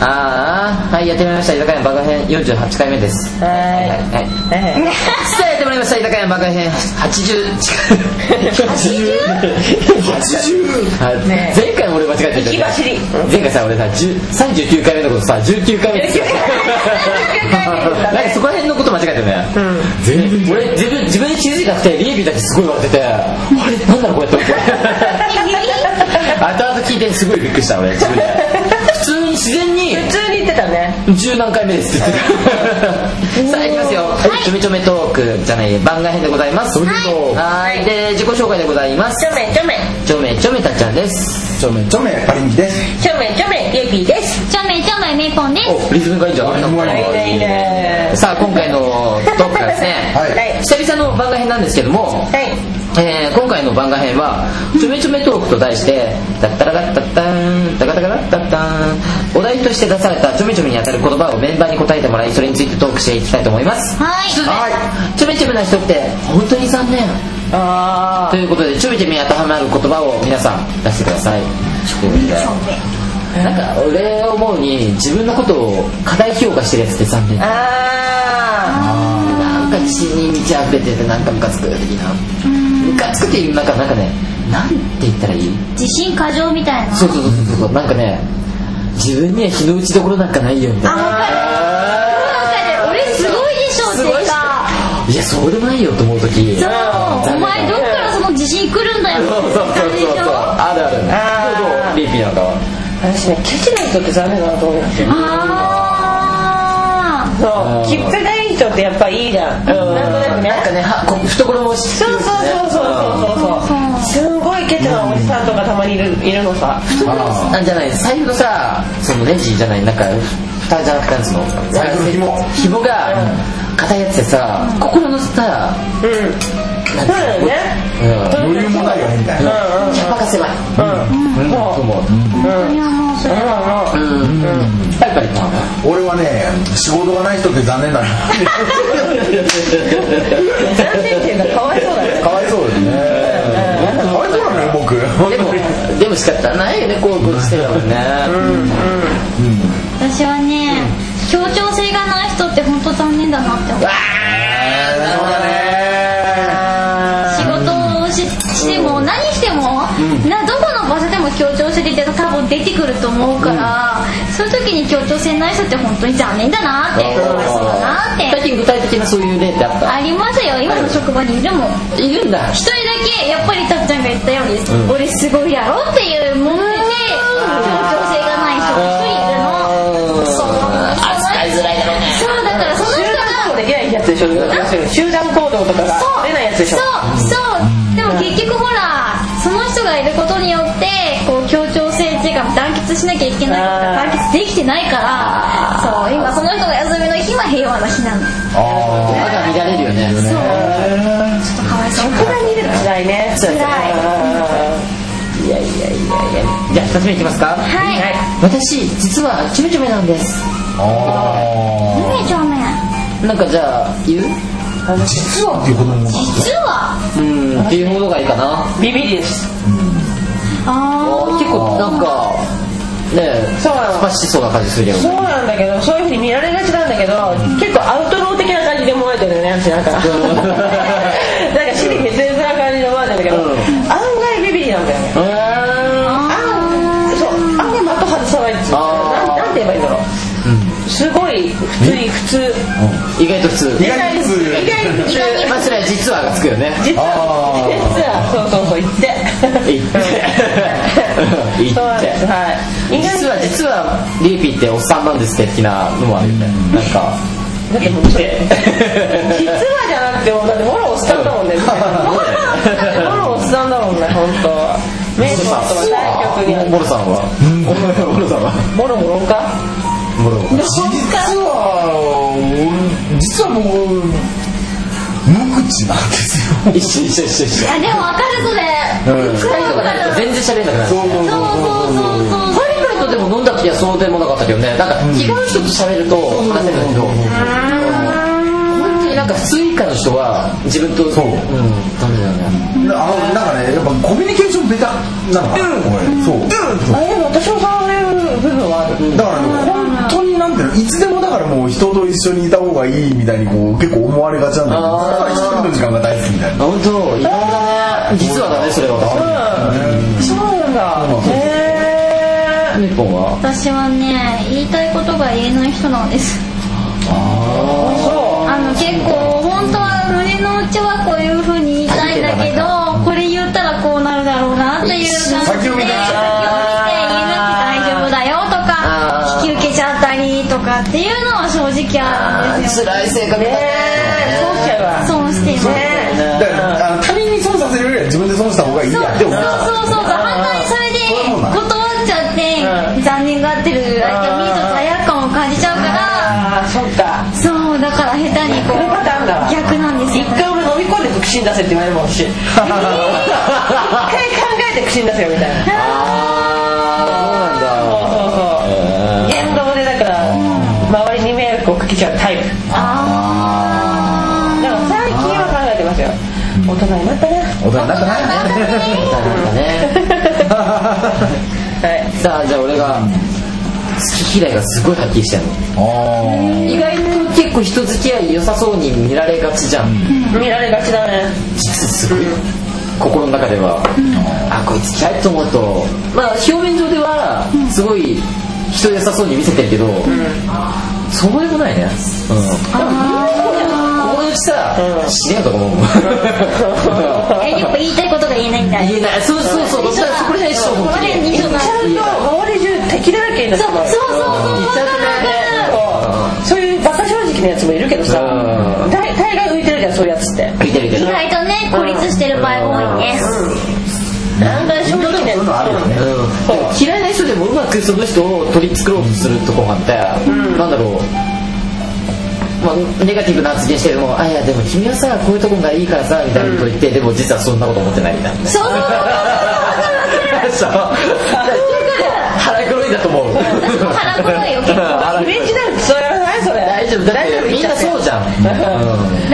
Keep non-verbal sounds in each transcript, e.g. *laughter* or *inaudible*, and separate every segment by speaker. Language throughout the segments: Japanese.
Speaker 1: あーはいやってまいりました居酒屋爆破編48回目です
Speaker 2: はーい
Speaker 1: はい
Speaker 2: ええ
Speaker 1: さあやってまいりました居酒屋爆破編80近くはい
Speaker 2: ねえ
Speaker 1: 前回も俺間違えてた
Speaker 2: 行
Speaker 1: よ
Speaker 2: き
Speaker 1: ね
Speaker 2: 走り
Speaker 1: 前回さ俺さ10 39回目のことさ19回目って言っ
Speaker 2: 19
Speaker 1: た
Speaker 2: 回目だね
Speaker 1: なんかそこら辺のこと間違えてね、全然俺自分自分で気づいたくてリエビだけすごい笑っててあれなんだろうこれって
Speaker 2: *laughs*
Speaker 1: 思って後々聞いてすごいびっくりした俺自分で普通に自然に
Speaker 2: 普通に言ってたね
Speaker 1: 十何回目 *laughs* ですって言ってたさあいきますよ、ちょめちょめトークじゃない番外編でございますは
Speaker 3: はい
Speaker 1: ーいで自己紹介でございます
Speaker 2: ちょめちょめ
Speaker 1: ちょめちょめたちゃんです
Speaker 3: ちょめちょめパリンキです。
Speaker 2: ちょめちょめゆきです
Speaker 4: ちょめちょめめいぽんです。
Speaker 1: リズムがいいじゃん
Speaker 3: いいね
Speaker 2: いいね
Speaker 1: さあ今回のトークがですね、
Speaker 3: はい
Speaker 2: はい
Speaker 1: 久々の番外編なんですけども、
Speaker 2: はい
Speaker 1: えー今回の番外編は「ちょめちょめトーク」と題して「タッタラガッタッターンタカタカラッタッターン」お題として出されたちょめちょめに当たる言葉をメンバーに答えてもらいそれについてトークしていきたいと思います
Speaker 4: はい。
Speaker 1: はいちょめちょめな人って本当に残念
Speaker 2: あ
Speaker 1: ということでちょめちょめに当てはまる言葉を皆さん出してくださいなんか俺思うに自分のことを過大評価してるやつって残念
Speaker 2: ああ
Speaker 1: なんか自信に満ち溢れててなんかムカつく的なムカつくっていうなんかなんかねなんて言ったらいい
Speaker 4: 自信過剰みたいな。
Speaker 1: そうそうそうそうそうなんかね自分には日の打ちどころなんかないよみたいな
Speaker 4: なんかね俺すごいでしょっていうか。
Speaker 1: いやそうでもないよと思う時
Speaker 4: そう。
Speaker 1: 残
Speaker 4: お
Speaker 1: 念
Speaker 4: 前どっからその自信来るんだよ
Speaker 1: そうそう
Speaker 4: って
Speaker 1: そう
Speaker 4: 感じでし
Speaker 1: そう
Speaker 4: ょ。
Speaker 1: あるある
Speaker 2: あー
Speaker 1: どうどうリーピーなんかは
Speaker 2: 私ねケチな人って残念だなと思う
Speaker 4: あ
Speaker 2: そうきっかけいい人ってやっぱいいじゃんなんとなくね
Speaker 1: なんかねはこ懐を知って
Speaker 2: そうそうそうそうそうそうすごいケチなおじさんとかたまにいるいるのさ
Speaker 3: あ
Speaker 1: なんじゃない財布のさそのレジじゃないなんか蓋じゃなくてなんつうの
Speaker 3: 財布の
Speaker 1: 紐
Speaker 3: 紐
Speaker 1: が硬いやつでさ心のさ
Speaker 2: うんそうだよね
Speaker 1: うん
Speaker 3: ー余裕もないよねみたいな。
Speaker 1: キャパが狭い
Speaker 2: うんうん
Speaker 1: と
Speaker 2: そう
Speaker 1: 思う
Speaker 4: あ。いやもうそれ。
Speaker 2: う
Speaker 1: うんうんやっぱりな
Speaker 3: 俺はね、仕事がない人って残念だな。
Speaker 2: ん残念っていうかかわいそうだね
Speaker 3: *laughs* かわいそうですね。かわいそうなのよ僕。本
Speaker 1: で
Speaker 3: 当
Speaker 1: も
Speaker 3: に。
Speaker 1: でも仕方ないよねこうこうしてるもんね
Speaker 4: 私はね、協調性がない人って本当残念だなって
Speaker 3: そ
Speaker 4: 思う。
Speaker 3: うだね。
Speaker 4: 仕事をししても何しても、などこの場所でも協調性って多分出てくると思うから、そういう時に協調性ない人って本当に残念だなってかわいそうだなって
Speaker 1: 最近具体的なそういう例ってあった
Speaker 4: ありますよ今の職場にいるもん
Speaker 1: いるんだ
Speaker 4: 一人だけやっぱりたっちゃんが言ったように、俺すごいやろっていうもんで協調性がない人が一人いるのそう扱いづらいだろうねそうだからその
Speaker 2: 集
Speaker 4: 人が
Speaker 2: 団行動できないやつでしょ要するに集団行動とか
Speaker 4: そ
Speaker 2: が
Speaker 4: う
Speaker 2: 出ないやつでしょ
Speaker 4: そうそうでも結局ほらその人がいることによってこう協調性っていうか団結しなきゃいけないから
Speaker 2: あー
Speaker 4: 団結できてないからそう今その人が休みの日は平和な日なんです
Speaker 3: あ
Speaker 1: 歯が乱れるよね
Speaker 4: そうちょっとかわいそう
Speaker 2: 集団にいるの辛いね
Speaker 1: 辛い
Speaker 2: いいやいやいやいや
Speaker 1: じゃあ2つ目いきますか
Speaker 4: はい
Speaker 2: はい
Speaker 1: 私実はちょめちょめなんです
Speaker 3: あ。ああ。
Speaker 4: ねえちょめ
Speaker 1: なんかじゃあ言う
Speaker 3: 実はっていう子供が。
Speaker 4: 実は
Speaker 1: うんっていうものがいいかな
Speaker 2: ビビりです
Speaker 4: あ
Speaker 1: 結構なんかねえ
Speaker 2: そうなの
Speaker 1: 突っ走しそうな感じするよ
Speaker 2: そうなんだけどそういうふうに見られがちなんだけど結構アウトロー的な感じで思われてるよね私なんかなんか私利滅裂な感じで思われてるんだけど、
Speaker 1: うん
Speaker 2: 案外ビビりなんだよね
Speaker 1: あ
Speaker 2: 案そう案外的外さないっていう
Speaker 1: あー
Speaker 2: なんなんて言えばいいんだろう、すごい普通に普通
Speaker 1: ー意外と普通
Speaker 3: 意外に普通
Speaker 2: 意外に普通
Speaker 1: まあそれは実はがつくよね
Speaker 2: 実
Speaker 3: あ
Speaker 2: は
Speaker 3: ー
Speaker 2: 実はそうそうそう言って
Speaker 1: 言 *laughs* って言
Speaker 2: そうなん
Speaker 1: っ
Speaker 2: です
Speaker 1: て
Speaker 2: はい意外
Speaker 1: 実は実はリーピーっておっさんなんですって的なのもあるよねなんか
Speaker 2: だってもうそれ実はじゃなくてもうだってもろおっさんだもんねもろおっさんだもんね本当メイクとは対極にある
Speaker 1: モロさんはモロさんは
Speaker 2: もろもろか
Speaker 1: モロ
Speaker 3: 実は俺実は僕無口なんですよ。
Speaker 1: 一緒一緒一緒一緒
Speaker 4: あでもわかるそれ
Speaker 3: うん
Speaker 4: そうわかる
Speaker 1: 全然喋れなくなる
Speaker 3: そうそう
Speaker 4: そうそう
Speaker 3: そうそう。
Speaker 4: そうそう
Speaker 1: ハイブラとでも飲んだ時はそうでもなかったけどねなんか違う人と喋ると話せるんだけど本当になんか普通以下の人は自分と
Speaker 3: そう
Speaker 1: うんダメだよね
Speaker 3: なあのなんかねやっぱコミュニケーションベタなのかな、俺そう、
Speaker 2: あでも私もそういう部分はある
Speaker 3: だからね本いつでもだからもう人と一緒にいた方がいいみたいにこう結構思われがちなんだけど
Speaker 1: あー
Speaker 3: だから一人の時間が大好きみたいな
Speaker 1: 本当いろんなね実はだねそれは
Speaker 2: うんそうなんだ
Speaker 3: うん
Speaker 2: へえ
Speaker 1: 日本は
Speaker 4: 私はね言いたいことが言えない人なんです
Speaker 2: そ
Speaker 4: あの結構本当は胸の内はこういう風に言いたいんだけどこれ言ったらこうなるだろうなっていう感じで
Speaker 3: 先を
Speaker 4: 先を
Speaker 3: 見
Speaker 4: 見て
Speaker 3: て
Speaker 4: 言えなきゃ大丈夫だよと
Speaker 1: あ
Speaker 4: か
Speaker 1: ー
Speaker 4: 引き受けちゃったりとかっていうのは正直あるんですよ
Speaker 1: 辛い性格だ
Speaker 2: うねえ
Speaker 1: ね
Speaker 2: そうしちゃうわ
Speaker 4: 損しています
Speaker 2: ね
Speaker 3: だからあの他人に損させるよりは自分で損した方がいい
Speaker 4: そう
Speaker 3: やっ
Speaker 4: そう
Speaker 3: て
Speaker 4: そうそう
Speaker 3: 思っちゃう
Speaker 4: 反対にそれで断っちゃって残念がってる相手を見ると罪悪感を感じちゃうから
Speaker 2: ああそっか
Speaker 4: そうだから下手にこ
Speaker 2: このパターンだわ
Speaker 4: う逆なんです
Speaker 2: 一
Speaker 4: よ
Speaker 2: 回俺飲み込んで口に出せって言われるもんし一回考えて口に出せよみたいな
Speaker 1: あ
Speaker 2: そうそうそう言動でだから周りに迷惑をかけちゃうタイプ
Speaker 4: あ
Speaker 2: だから最近は考えてますよ大人になったね
Speaker 3: 大人になった
Speaker 1: *laughs*
Speaker 3: な
Speaker 1: ーそうなんだなんかね
Speaker 2: はい
Speaker 1: さあじゃあ俺が好き嫌いがすごいはっきりしてる
Speaker 3: あ
Speaker 1: 意外と結構人付き合い良さそうに見られがちじゃん
Speaker 2: 見られがちだね
Speaker 1: 実はすごい心の中では、あこいつ嫌いと思うとまあ表面上ではすごい人良さそうに見せてるけど、そうでもないねうん心のうちさ、
Speaker 2: うん
Speaker 1: 死ねよとか思う
Speaker 4: ーえやっぱ言いたいことが言えないんだ
Speaker 1: 言え *laughs* ないそうそうそうそこら辺一緒
Speaker 4: ここら辺一緒だ
Speaker 2: ちゃんと周り中敵だらけになって
Speaker 4: そう
Speaker 2: もらう
Speaker 4: そうそうそうわかるわか
Speaker 2: そうそういうバカ正直なやつもいるけどさ
Speaker 1: うん
Speaker 2: 大大概浮いてるじゃんそういうやつって
Speaker 1: 見てるけ
Speaker 4: る
Speaker 1: ど
Speaker 4: 意外とね孤立してる場合多いね
Speaker 2: 案外正直なやつ
Speaker 1: うん嫌いな人でもうまくその人を取り繕ろうとするとこがあって、なんだろう、まあ、ネガティブな発言してでも「あいやでも君はさこういうとこがいいからさ」みたいなこと言って、でも実はそんなこと思ってないみ *laughs* たいなね
Speaker 4: そうそうそう
Speaker 1: そうだから腹黒いんだと思う
Speaker 4: 腹黒いよ結構
Speaker 1: 腹
Speaker 2: リ
Speaker 1: 黒い
Speaker 2: ベンジなんてそれはないそれ
Speaker 1: 大丈夫だってみんなそうじゃん、うん
Speaker 4: だ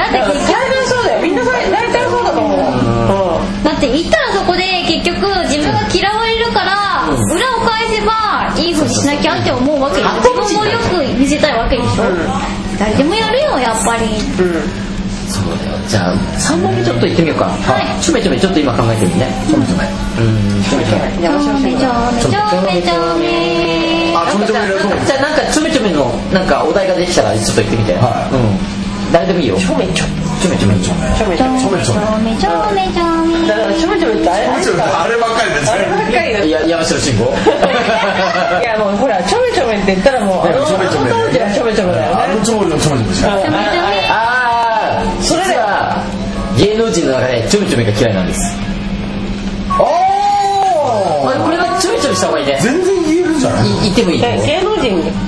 Speaker 4: っ
Speaker 2: 大
Speaker 4: て結局
Speaker 2: 体そうだよみんなそれ大体そうだと思ううん
Speaker 4: だって言ったらそこで結局自分が嫌われるから裏を返せばいいふうにしなきゃって思うわけでしょ
Speaker 1: うん
Speaker 4: 自分もよく見せたいわけでしょ誰でもやるよやっぱり
Speaker 1: そうだよじゃあ3問目ちょっと行ってみようかはいちょめちょめちょっと今考えてみるねちょめちょめうんちょめちょめ
Speaker 2: じゃあ面白い
Speaker 4: めちゃめちゃめちゃめ
Speaker 3: あちょめちょめ入れそう
Speaker 1: じゃあなんかちょめちょめのなんかお題ができたらちょっと言ってみて、
Speaker 3: はい
Speaker 1: うん、誰でもいいよち
Speaker 2: ちょめちょ
Speaker 1: ょめちょめちょめ
Speaker 2: ちょめちょ
Speaker 4: ち
Speaker 3: ょめちょめ
Speaker 4: ゃめちゃめちゃめ
Speaker 2: だからちょめちょめってあれあれ
Speaker 3: ちょっとあればっかりです
Speaker 2: あればっかりだ
Speaker 1: いや山城慎吾
Speaker 2: いやもうほらちょめちょめって言ったらもうあの
Speaker 3: ちょめちょめ
Speaker 2: あの当時はちょめちょめだよ
Speaker 3: あ
Speaker 2: ね
Speaker 3: のちょめちょめちょめちょめしない
Speaker 4: ちょめちょめ
Speaker 1: ああそれでは芸能人の中でちょめちょめが嫌いなんです
Speaker 3: お
Speaker 1: ま
Speaker 3: ー
Speaker 1: あこれはちょめちょめした方がいいね
Speaker 3: 全然言えるじゃない
Speaker 1: い言ってもいい
Speaker 2: うん
Speaker 1: よ
Speaker 2: 芸能人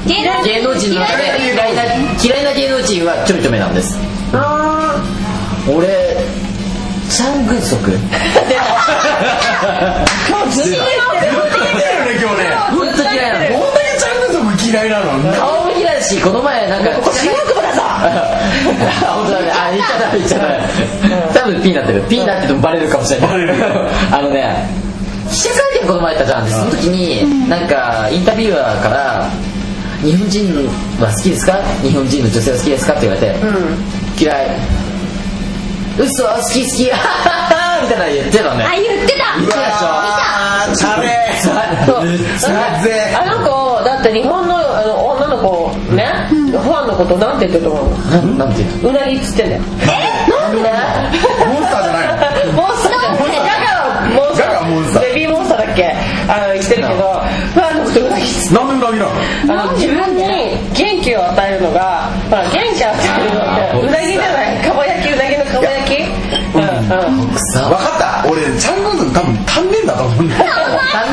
Speaker 4: 芸能
Speaker 1: 芸能人の中で嫌いな嫌いな芸能人はちょめちょめなんです
Speaker 2: あ
Speaker 1: 俺チャン・グンソク
Speaker 2: 今日ずっと言ってる
Speaker 3: 言ってるよね今日ね
Speaker 1: 本当嫌いなの
Speaker 3: こんだけチャンネル族嫌いなのな
Speaker 1: 顔も嫌いだしこの前なんか
Speaker 2: ここ新大久保だぞ
Speaker 1: *laughs* あ本当だねあ言っちゃダメ言っちゃダメ多分ピーになってるピーになっててもバレるかもしれない
Speaker 3: バレる
Speaker 1: *laughs* あのね記者会見この前やったじゃんでその時になんかインタビュアーから「日本人は好きですか日本人の女性は好きですか?」って言われて「嫌い」「嘘好き好き」 *laughs* 「はははみたいなの言ってたのね
Speaker 4: あ言ってた
Speaker 1: 言ってたでし
Speaker 3: あーチ
Speaker 1: ょ
Speaker 3: ャレ
Speaker 1: めっちゃ
Speaker 3: 全然
Speaker 2: あの子だって日本のあの女の子ねファンのことなんて言ってると思
Speaker 1: なんなんて言う
Speaker 2: ううなぎっつってんだよ
Speaker 4: なん
Speaker 3: モ
Speaker 4: で
Speaker 3: ンスターじゃないの
Speaker 2: モンスターガガモンスター
Speaker 3: ガガモンスター
Speaker 2: ベビーモンスターだっけあの言ってるけどファンのことうなぎっつって
Speaker 3: なんで裏切なの
Speaker 2: あの自分に元気を与えるのが、ほら、元気を与えるのって、うなぎじゃない、かば焼き、うなぎのかば焼き。うん、うん、
Speaker 1: さ
Speaker 3: 分かった俺チャンネル族多分足んねえんだと思うんだよ
Speaker 1: 足ん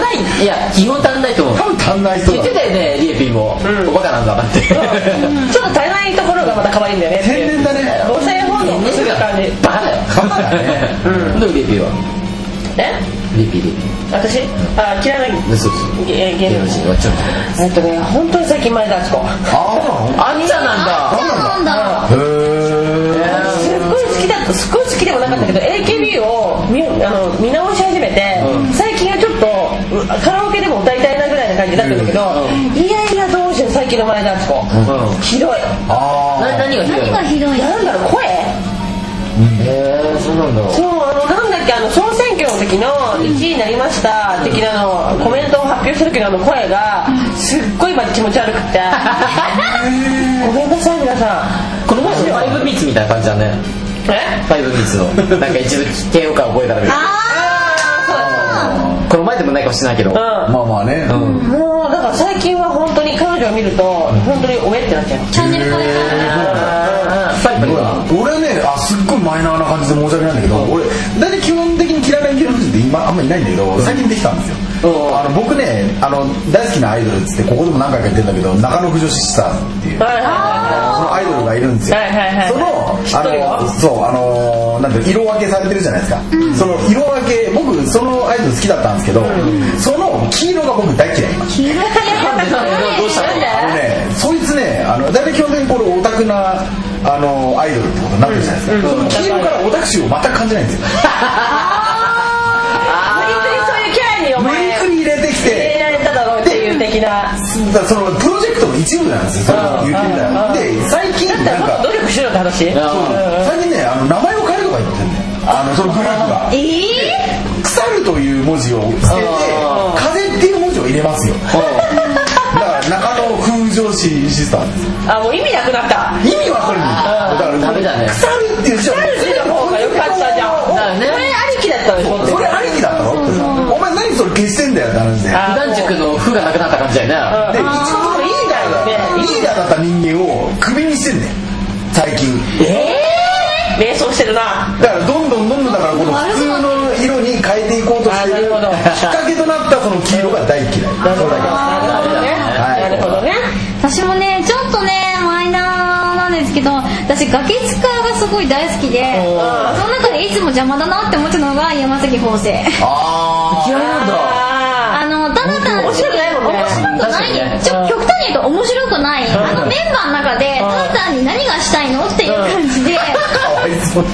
Speaker 1: ないいや基本足んないと思う
Speaker 3: 多分足んない人
Speaker 1: 言っ
Speaker 3: だ
Speaker 1: てたよねリエピーも、おバカなんだなって
Speaker 2: ちょっと足りないところがまた可愛いんだよねって
Speaker 3: 天
Speaker 2: いう。
Speaker 3: 然だね
Speaker 2: 母性本能のすぐ感じ。
Speaker 1: バカだよ
Speaker 3: バカだね
Speaker 1: うんでもリエピーは
Speaker 2: ね、
Speaker 1: リエピーリエピ
Speaker 2: 私、あ、嫌いな
Speaker 1: ー嘘嘘
Speaker 2: 芸芸
Speaker 1: 芸能
Speaker 2: 能人。
Speaker 1: 人はちょっと
Speaker 2: えっとね、本当に最近前だつこ。
Speaker 3: あ
Speaker 1: あんちゃんなん
Speaker 4: あ
Speaker 1: だ
Speaker 4: じゃあなんだ
Speaker 3: あへえ
Speaker 2: すっごい好きだった、すっごい好きでもなかったけど、AKB を見あの見直し始めて、最近はちょっとうカラオケでも歌いたいなぐらいな感じだったんだけど、いやいやどうしよう最近の前田敦子、
Speaker 1: うん
Speaker 2: ひどい
Speaker 3: あ
Speaker 1: な何がひどい
Speaker 4: 何がひどい
Speaker 2: なんだろう声
Speaker 1: えー、そうなんだ
Speaker 2: そうあのなんだっけあの総選挙の時の1位になりました的なのコメントを発表した時のあの声がすっごい今気持ち悪く
Speaker 1: *laughs*
Speaker 2: てごめんなさい皆さん
Speaker 1: この前のファイブミツみたいな感じだね
Speaker 2: え
Speaker 1: ファイブミツのなんか一部形容感覚えたら
Speaker 2: あ
Speaker 1: この前でもないかもしれないけど
Speaker 2: あそう
Speaker 3: あまあまあね、
Speaker 1: うん
Speaker 2: だもうだから最近は本当に彼女を見ると本当におめってなっちゃう
Speaker 4: チャンネル変えたら
Speaker 1: パリパリは
Speaker 3: 俺ねあすっごいマイナーな感じで申し訳ないんだけど、俺大体基本的に嫌いな芸能人って今あんまりいないんだけど、最近できたんですよ、
Speaker 1: うん
Speaker 3: あの僕ねあの大好きなアイドルっつってここでも何回か言ってんだけど中野区女子スターっていう、
Speaker 2: はいはいは
Speaker 3: そのアイドルがいるんですよ、
Speaker 2: はいはいはい
Speaker 3: そのあのそうあのなんていうの色分けされてるじゃないですか、その色分け僕そのアイドル好きだったんですけど、その黄色が僕大嫌い
Speaker 4: 黄色い
Speaker 1: どうしたの
Speaker 3: あのね、そいつね、あの、だいたい基本的にこれオタクな、あの、アイドルってことになってるじゃないですか。その黄色からオタク臭を全く感じないんですよ。
Speaker 2: い無理くりそういうキャラにお
Speaker 3: メ
Speaker 2: 前
Speaker 3: イクに入れてき
Speaker 2: 入れ
Speaker 3: て、
Speaker 2: られただろうっていう的な
Speaker 3: だからそのプロジェクトの一部なんですよ。その言ってみたら。で、最近
Speaker 2: だった
Speaker 3: な
Speaker 2: ら
Speaker 3: ん
Speaker 2: もっと
Speaker 3: か、
Speaker 2: 努力しろって話
Speaker 1: うん
Speaker 3: 最近ね、あの、名前を変えるとか言ってんだよ。あの、そのグループが。
Speaker 4: え
Speaker 3: 腐るという文字を捨てて
Speaker 1: あ、
Speaker 3: 風っていう文字を入れますよ。だから中野風情師シスターです。
Speaker 2: あもう意味なくなった
Speaker 3: 意味わかるんだ
Speaker 1: ダ
Speaker 3: か
Speaker 1: メだ
Speaker 3: ら
Speaker 1: ね
Speaker 3: 腐るっていう字は
Speaker 2: 彼女の方が良かったじゃん
Speaker 1: だよね
Speaker 2: これありきだったのに
Speaker 3: それありきだったろお前何それ消してんだよって話で。
Speaker 1: 普段塾の「負がなくなった感じだよね
Speaker 3: で、一番
Speaker 2: リーダーだよね
Speaker 3: リーダーだった人間をクビにしてんだよ。最近。
Speaker 2: 瞑想してるな
Speaker 3: だからどんどんどんどんだからこの普通の色に変えていこうとして
Speaker 2: あな
Speaker 3: る
Speaker 2: るほど
Speaker 3: きっかけとなったその黄色が大嫌い。それだけ
Speaker 2: なるほどね
Speaker 3: はい
Speaker 2: なるほどね
Speaker 4: 私もねちょっとねマイナーなんですけど私ガキ使いがすごい大好きでその中でいつも邪魔だなって思っちゃうのが山崎邦生
Speaker 3: あ
Speaker 1: 嫌いなんだ
Speaker 2: あ
Speaker 4: あのただ単に
Speaker 2: 面白くないもんね
Speaker 4: 面白く
Speaker 1: 確かに
Speaker 4: な
Speaker 1: ね
Speaker 4: いちょ極端に言うと面白くないあのメンバーの中でただ単に何がしたいのっていう感じで
Speaker 3: ーかわいそう。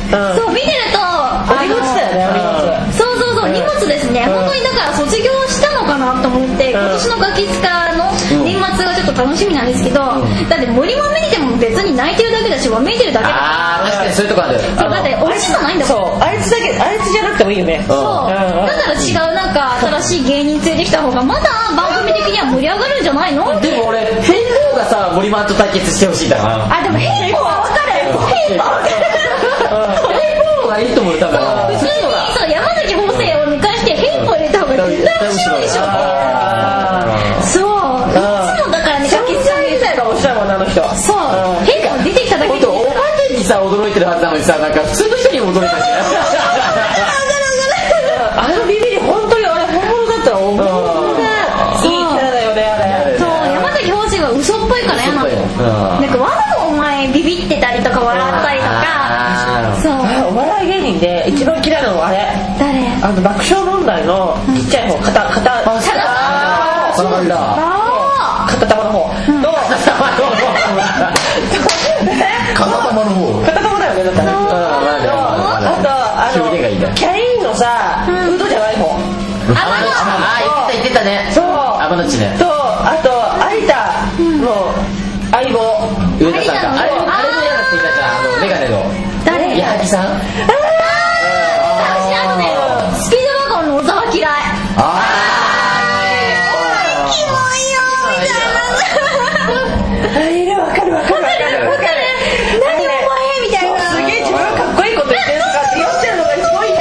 Speaker 4: そう見てるとあ
Speaker 2: ありがちだよねあ
Speaker 4: そうそうそう荷物ですね本当にだから卒業したのかなと思って今年のガキ使の年末がちょっと楽しみなんですけどだって森豆にでも別に泣いてるだけだしわめいてるだけだ
Speaker 1: あー確かにそういうとこある
Speaker 4: そうだって俺しかないん
Speaker 2: り
Speaker 4: だ
Speaker 2: が
Speaker 4: もん
Speaker 2: ちそうあいつだけあいつじゃなくてもいいよね
Speaker 1: うん
Speaker 4: そうだったら違うなんか新しい芸人連れてきた方がまだ番組的には盛り上がるんじゃないの
Speaker 1: でも俺変更がさ森マンと対決してほしいだから
Speaker 4: あでもヘイポは分かるヘイポは分かる
Speaker 1: 変更がいいと思う多分
Speaker 4: 普通にそう山崎法政を抜かしてヘイポ入れた方が絶対面白いでしょそういつもだからねガキ
Speaker 2: 存
Speaker 4: 使
Speaker 2: 在自体が面白いもんなあの人
Speaker 4: そうヘイポ出てきただけ
Speaker 1: 本
Speaker 4: で
Speaker 1: 当お化けにさ驚いてるはずなのにさなんか普通の人に驚いたし
Speaker 2: あのビビり本当にあれ本物だったら本物だいいキャラだよねあれ
Speaker 4: そう山崎法政は嘘っぽいから嫌なのなんかわざとお前ビビってたりとか笑ったりとかそう
Speaker 2: あお笑い芸人で一番嫌いなのあれ
Speaker 4: 誰
Speaker 2: あの爆笑問題のちっちゃい方肩肩
Speaker 1: そ
Speaker 2: あ
Speaker 4: そう
Speaker 1: うなんだ
Speaker 4: あ
Speaker 2: 片玉の方の *laughs*
Speaker 3: 片玉の方。
Speaker 2: 片玉だよねだったらねあとあ
Speaker 1: キュウリがいいな
Speaker 2: のキャインのさウドじゃない方
Speaker 1: あ言ってた言ってたね
Speaker 2: そう
Speaker 1: 天の地ね
Speaker 2: とあと有田の相
Speaker 1: 上田さんかあれ
Speaker 2: 棒
Speaker 1: もあれも嫌だって言ったじゃんあのメガネの
Speaker 4: 誰
Speaker 1: 矢作さん
Speaker 4: 私あのねスピードワゴンの小沢嫌いキモいよみたいな
Speaker 2: あいるわかるわかるわかるわかる
Speaker 4: 何お前みたいな
Speaker 2: すげえ自分はかっこいいこと言ってるとかって酔ってるのがすごいな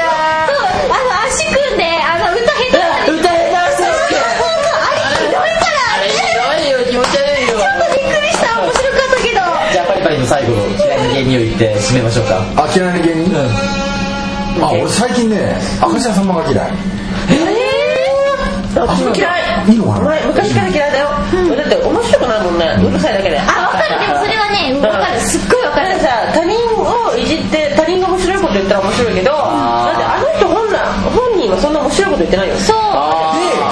Speaker 4: そうあの足組んであの歌下手だっ
Speaker 2: 歌
Speaker 4: たり
Speaker 2: えな
Speaker 4: そ
Speaker 2: す
Speaker 4: うそうそうあれひど
Speaker 1: あれひ
Speaker 4: いからね
Speaker 1: どいよ気持ち悪いよ
Speaker 4: びっくりした面白かったけど
Speaker 1: じゃあパリパリの最後嫌いな芸人を言って締めましょうか
Speaker 3: あ、嫌いな芸人あ、俺最近ね、明石家さんまが嫌い。
Speaker 2: 私も嫌い
Speaker 3: いいのか
Speaker 2: お
Speaker 3: な
Speaker 2: 前昔から嫌いだよ、だって面白くないもんねうるさいだけであ
Speaker 4: あ分かるでもそれはね分かるすっごい分か
Speaker 2: だって
Speaker 4: る
Speaker 2: さ他人をいじって他人が面白いこと言ったら面白いけどだってあの人本来本人はそんな面白いこと言ってないよし
Speaker 4: そう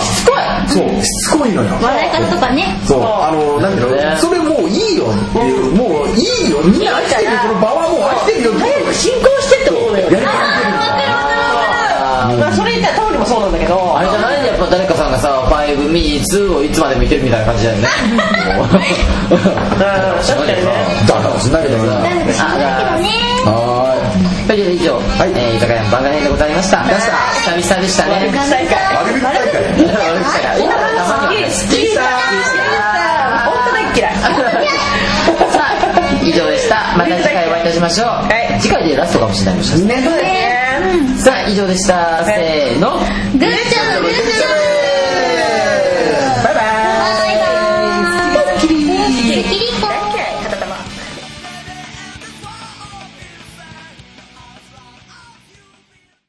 Speaker 2: つこい
Speaker 3: そう、しつこいのよ。
Speaker 4: 笑い方とかね
Speaker 3: そう、あの、なんだろ
Speaker 1: ね
Speaker 3: う、それもういいよっていう、もういいよ、みんな飽きてるよ、この場はもう飽きてるよってい
Speaker 2: 早
Speaker 3: う
Speaker 2: く進行してって思うのよ
Speaker 3: やり方
Speaker 4: あ分かる分かる分かる
Speaker 2: まあそれ言ったらタモリもそうなんだけど
Speaker 1: あれじゃないやっぱ誰かさんがさ「5 me 2」をいつまで見てるみたいな感じだよねもう
Speaker 2: 確かにね
Speaker 3: だからしないけどね
Speaker 4: 誰か知らないけどね
Speaker 3: は
Speaker 1: というわけで以上、
Speaker 3: い
Speaker 1: えー、居酒屋の番外編でございました
Speaker 3: でした
Speaker 1: 久々でしたね
Speaker 2: 悪口大会
Speaker 3: い悪口大会
Speaker 1: 悪口だから今からたまにはね
Speaker 2: 好きさ本当大嫌い
Speaker 1: さあ以上でしたまた次回お会いいたしましょう、
Speaker 2: い
Speaker 1: 次回でラストかもしれないもしかし
Speaker 2: ねそうですね
Speaker 1: てさあ以上でしたせーの
Speaker 4: グッジョブグッジョブ